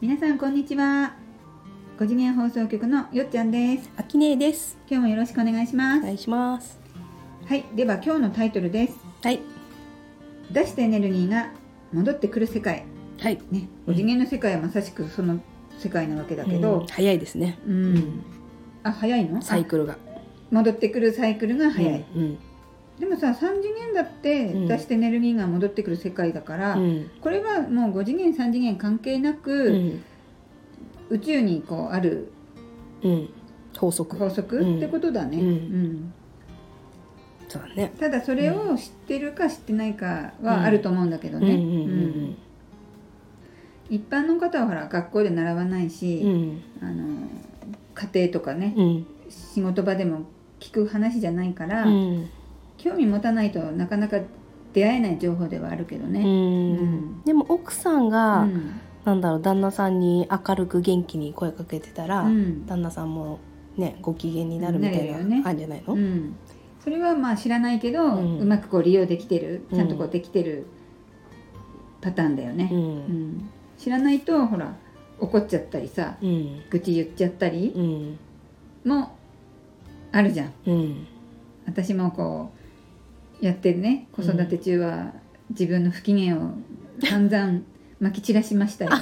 皆さんこんにちは5次元放送局のよっちゃんですあきねえです。今日もよろしくお願いしまおす願いします。はい、では今日のタイトルですはい。出したエネルギーが戻ってくる世界はい。ね、5次元の世界はまさしくその世界なわけだけうんど早いですね。うん、あ早いのあサイクルが戻ってくるサイクルが早い、。うん。でもさ3次元だってうん出したエネルギーが戻ってくる世界だから、うん。これはもう5次元3次元関係なく、うん。宇宙にこうあるうん。法則。法則、うんってことだね、うんうんそうだね。ただそれを知ってるか知ってないかはあると思うんだけどうんうね、んううんん一般の方はほら学校で習わないうん。うし、ん。あの家庭とかね、うん。仕事場でも聞く話じゃないから、うん。興味持たないとなかなか出会えない情報ではあるけどうね。ん。でも奥さんうが、んなんだろう旦那さんに明るく元気に声かけてたら、うん旦那さんもねご機嫌になるみたいななるよねあるんじゃないの？うんそれはまあ知らないけど、ううんまくこう利用できてるうんちゃんとこうできてるパターンだようね、うんん。知らないとほら怒っちゃったりさうん。愚痴言っちゃったりうん。もあるじゃんうん。私もこうやってるね子育て中は自分の不機嫌を散々まき散らしま したよ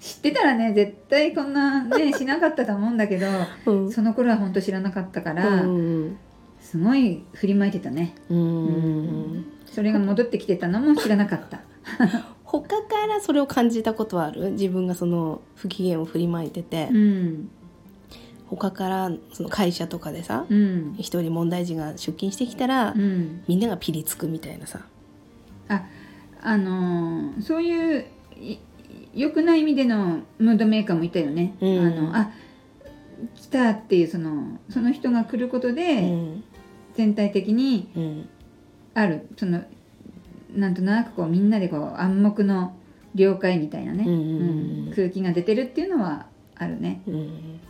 知ってたらね絶対こんなねしなかったと思うんだけどうん。その頃は本当知らなかったかうら、ん。すごい振りまいてたね、うん。それが戻ってきてたのも知らなかった他からそれを感じたことはある自分がその不機嫌を振りまいてて、うん他からその会社とかでさうん一、人問題児が出勤してきたら、うんみんながピリつくみたいなさ、あのーそういうい良くない意味でのムードメーカーもいたよね、うんあのあ来たっていうそのその人が来ることで、うん全体的にうんあるそのなんとなくこうみんなでこう暗黙の了解みたいなね、うんうんうん空気が出てるっていうのはあるねうん、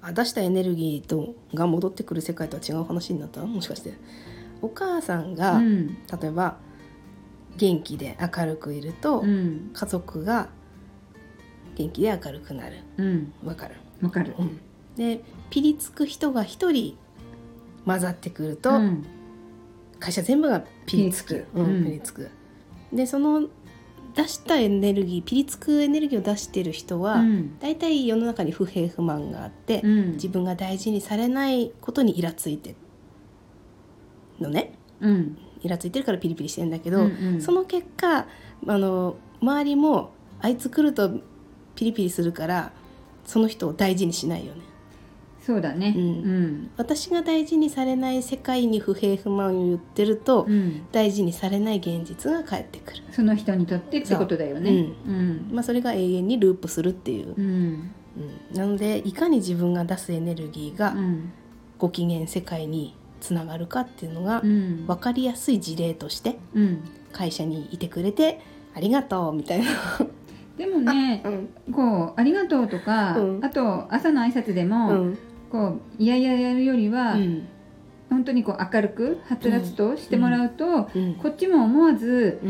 あ出したエネルギーとが戻ってくる世界とは違う話になったもしかしてお母さんが、うん例えば元気で明るくいると、うん家族が元気で明るくなるうんわかるわかるでピリつく人が一人混ざってくると、うん会社全部がピリつピリつ、くくうんうんピリつくでその出したエネルギーピリつくエネルギーを出してる人は、うん大体世の中に不平不満があって、うん自分が大事にされないことにイラついてるのねうんイラついてるからピリピリしてんだけど、うんうんその結果あの周りもあいつ来るとピリピリするからその人を大事にしないよねそうだねううん私が大事にされない世界に不平不満を言ってると、うん大事にされない現実が返ってくる、その人にとってってことだよねそううんまあ、それが永遠にループするっていうう、んうんなのでいかに自分が出すエネルギーうがんご機嫌世界につながるかっていうのがうん分かりやすい事例としてうん会社にいてくれてありがとうみたいな。でもねうんこう「ありがとう」とかうんあと朝の挨拶でうもんこういやいややるよりはうん本当にこう明るくはつらつとしてもらうと、うんこっちも思わずう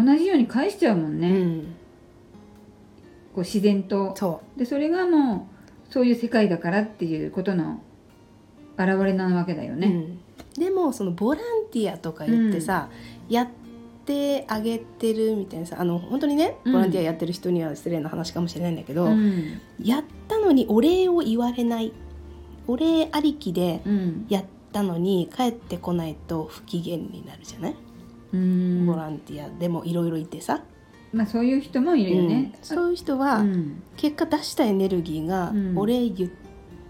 ん同じように返しちゃうもんうね、こんう自然とそでそれがもうそういう世界だからっていうことの表れなわけだよう、ね、うんでもそのボランティアとか言ってさ、やってあげてるみたいなさあの本当にねうんボランティアやってる人には失礼な話かもしれないんだけど、うんやったのにお礼を言われないお礼ありきでうんやったのに帰ってこないと不機嫌になるじゃない、うんボランティアでもいろいろいてさ、まあ、そういう人もいるよねうん、そういう人はうん結果出したエネルギーがうんお礼言っ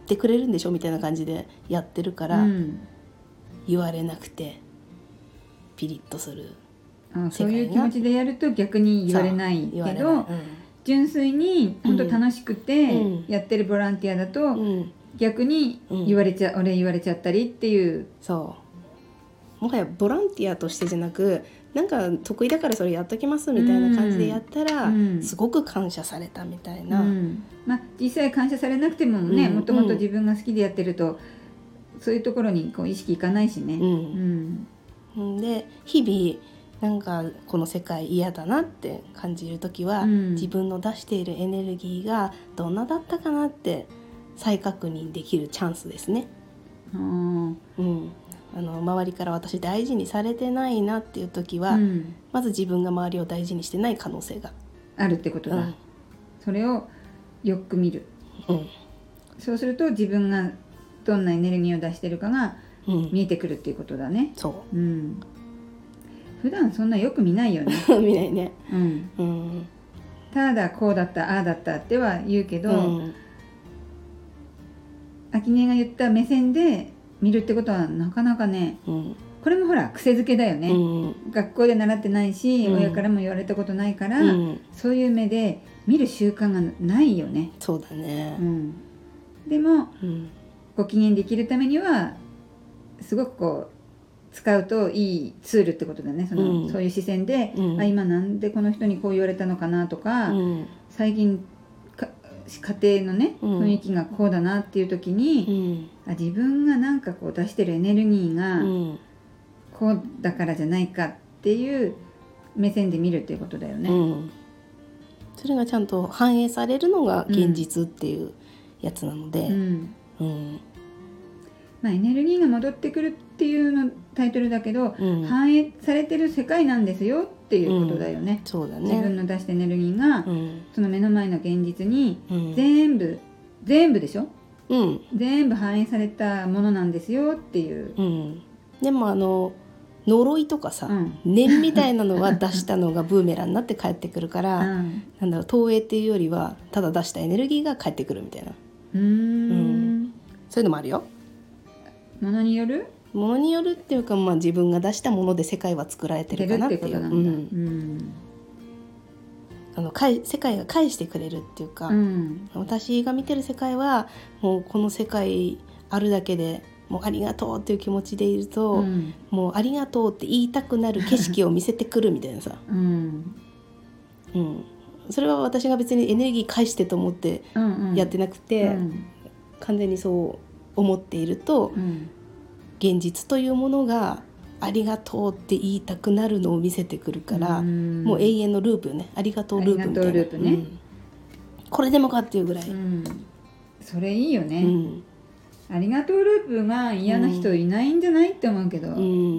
てくれるんでしょみたいな感じでやってるかうら、ん言われなくてピリッとするあそういう気持ちでやると逆に言われない言わけれないど純粋に本当楽しくうんてやってるボランティアだうん、とうん逆に言われちゃ、俺言われちゃったりっていうそうもはやボランティアとしてじゃなくなんか得意だからそれやっときますみたいな感じでやったら、うんすごく感謝されたみたいな、うんまあ、実際感謝されなくてもねうんもともと自分が好きでやってるとそういうところにこう意識いかないしね。うんうんで日々なんかこの世界嫌だなって感じる時は、うん自分の出しているエネルギーがどんなだったかなって再確認できるチャンスですね。うんうん、あの周りから私大事にされてないなっていう時あは、ーうんまず自分が周りを大事にしてない可能性が。あるってことだ、うんそれをよく見るうんそうすると自分がどんなエネルギーを出してるかがうん、見えてくるっていうことだねそうん普段そんなよく見ないよね、う 見ないね。うん、うん、ただこうだったああだったっては言うけど、うん秋音が言った目線で見るってことはなかなかねうんこれもほら癖づけだようね、ん学校で習ってないし、うん親からも言われたことないから、うん、そういう目で見る習慣がないよね、そうだうね。ん、でもうん、ご機嫌できるためにはすごくこう使うといいツールってことだねその、うんそういう視線で、うんあ今なんでこの人にこう言われたのかなとか、うん、最近か家庭のねうん雰囲気がこうだなっていう時うに、ん、あ自分がなんかこう出してるエネルギーうがん、こうだからじゃないかっていう目線で見るっていうことだよね。うん、それがちゃんと反映されるのが現実っていうやつなのうで、んうん、まあ、エネルギーが戻ってくるっていうのタイトルだけど、うん、反映されてる世界なんですよっていうことだよね。そうだ自分ね。の出したエネルギーが、うん、その目の前の現実にうん、全部全部でしょうん、全部反映されたものなんですよっていう、うん、でもあの呪いとかさ、うん念みたいなのは出したのがブーメランになって帰ってくるかうら、ん、なんだろう投影っていうよりはただ出したエネルギーが帰ってくるみたいなうーんそういうのもあるよ。ものによるものによるっていうか、まあ、自分が出したもので世界は作られて出るるかっなってていうこというなんだ、うんうんあのかい世界が返してくれるっていうか、うん私が見てる世界はもうこの世界あるだけでもうありがとうっていう気持ちでいると、うんもうありがとうって言いたくなる景色を見せてくるみたいなさ、うんうん、それは私が別にエネルギー返してと思ってうんやってなくて、うん完全にそう思っているとうん現実というものがありがとうって言いたくなるのを見せてくるから。んもう永遠のループよねありがとうループみたいなありがとうループねんこれでもかっていうぐらい、ううんんそれいいよね、うんありがとうループが嫌な人いないんじゃないって思うけど、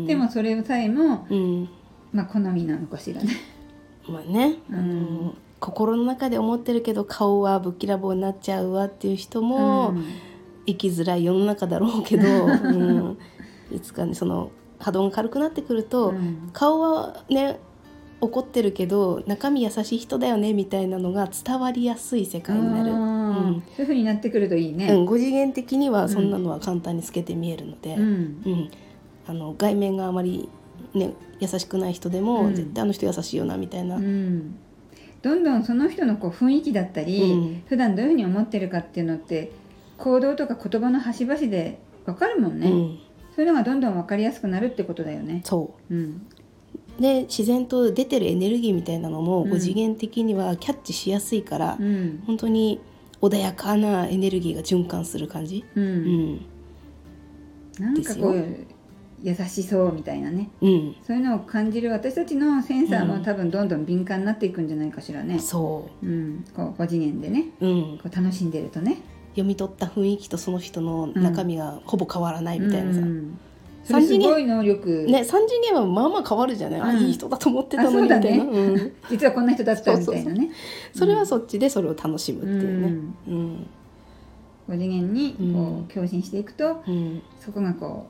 でも、それさえもうん、まあ好みなのかしらねまあね、うんあの心の中で思ってるけど顔はぶっきらぼうになっちゃうわっていう人も、うん生きづらい世の中だろうけど、うん、いつかねその波動が軽くなってくると、うん顔はね怒ってるけど中身優しい人だよねみたいなのが伝わりやすい世界になる。あーうんそういうふうになってくるといいね。うん、5次元的にはそんなのは簡単に透けて見えるので、うんうんあの外面があまり、ね、優しくない人でも、うん絶対あの人優しいよなみたいな、うんどんどんその人のこう雰囲気だったり、うん普段どういうふうに思ってるかっていうのって行動とか言葉の端々でわかるもんね、うんそういうのがどんどんわかりやすくなるってことだよね。そうんうで自然と出てるエネルギーみたいなのもうん5次元的にはキャッチしやすいから、うん本当に穏やかなエネルギーが循環する感じ、ううんんなんかこでう優しそうみたいなねうんそういうのを感じる私たちのセンサーうもん多分どんどん敏感になっていくんじゃないかしらね。そうん、こう5次元でねう、うん、こう楽しんでるとね。読み取った雰囲気とその人の中身がほぼ変わらないみたいなさ、うんそれすごい能力、ね、三次元はまあまあ変わるじゃない、あうんいい人だと思ってたのあにみそうだたねいな、うん実はこんな人だったみたいなねそれはそっちでそれを楽しむっていうねうん5次元にうこんう共振していくとうんそこがこ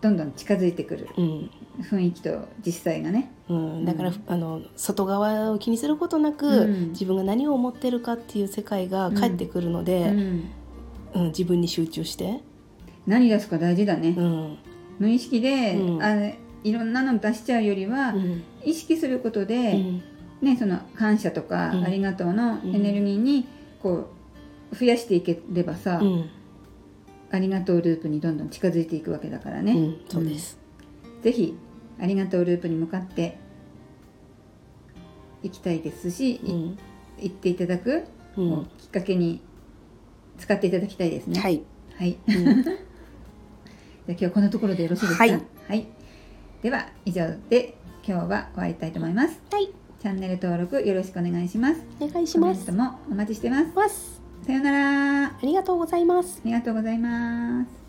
うどんどん近づいてくるうん雰囲気と実際がねうん、だから、うんあの外側を気にすることなく、うん自分が何を思ってるかっていう世界が返ってくるのうで、んうん自分に集中して、何出すか大事だねうん無意識でうんあいろんなの出しちゃうよりうはん意識することうでんねその感謝とかうんありがとうのエネルギーにこう増やしていければさうんありがとうループにどんどん近づいていくわけだからうねん、そうです、ぜひありがとうループに向かって行きたいですし、いうん行っていただく、うんこうきっかけに使っていただきたいですね。、はいい、はい、 じゃうんあ今日はこんなところでよろしいですか。はい、では以上で今日は終わりたいと思いますはいチャンネル登録よろしくお願いしますお願いしコメまンすトもお待ちしてますますさようならあありがとうございますりがとうございます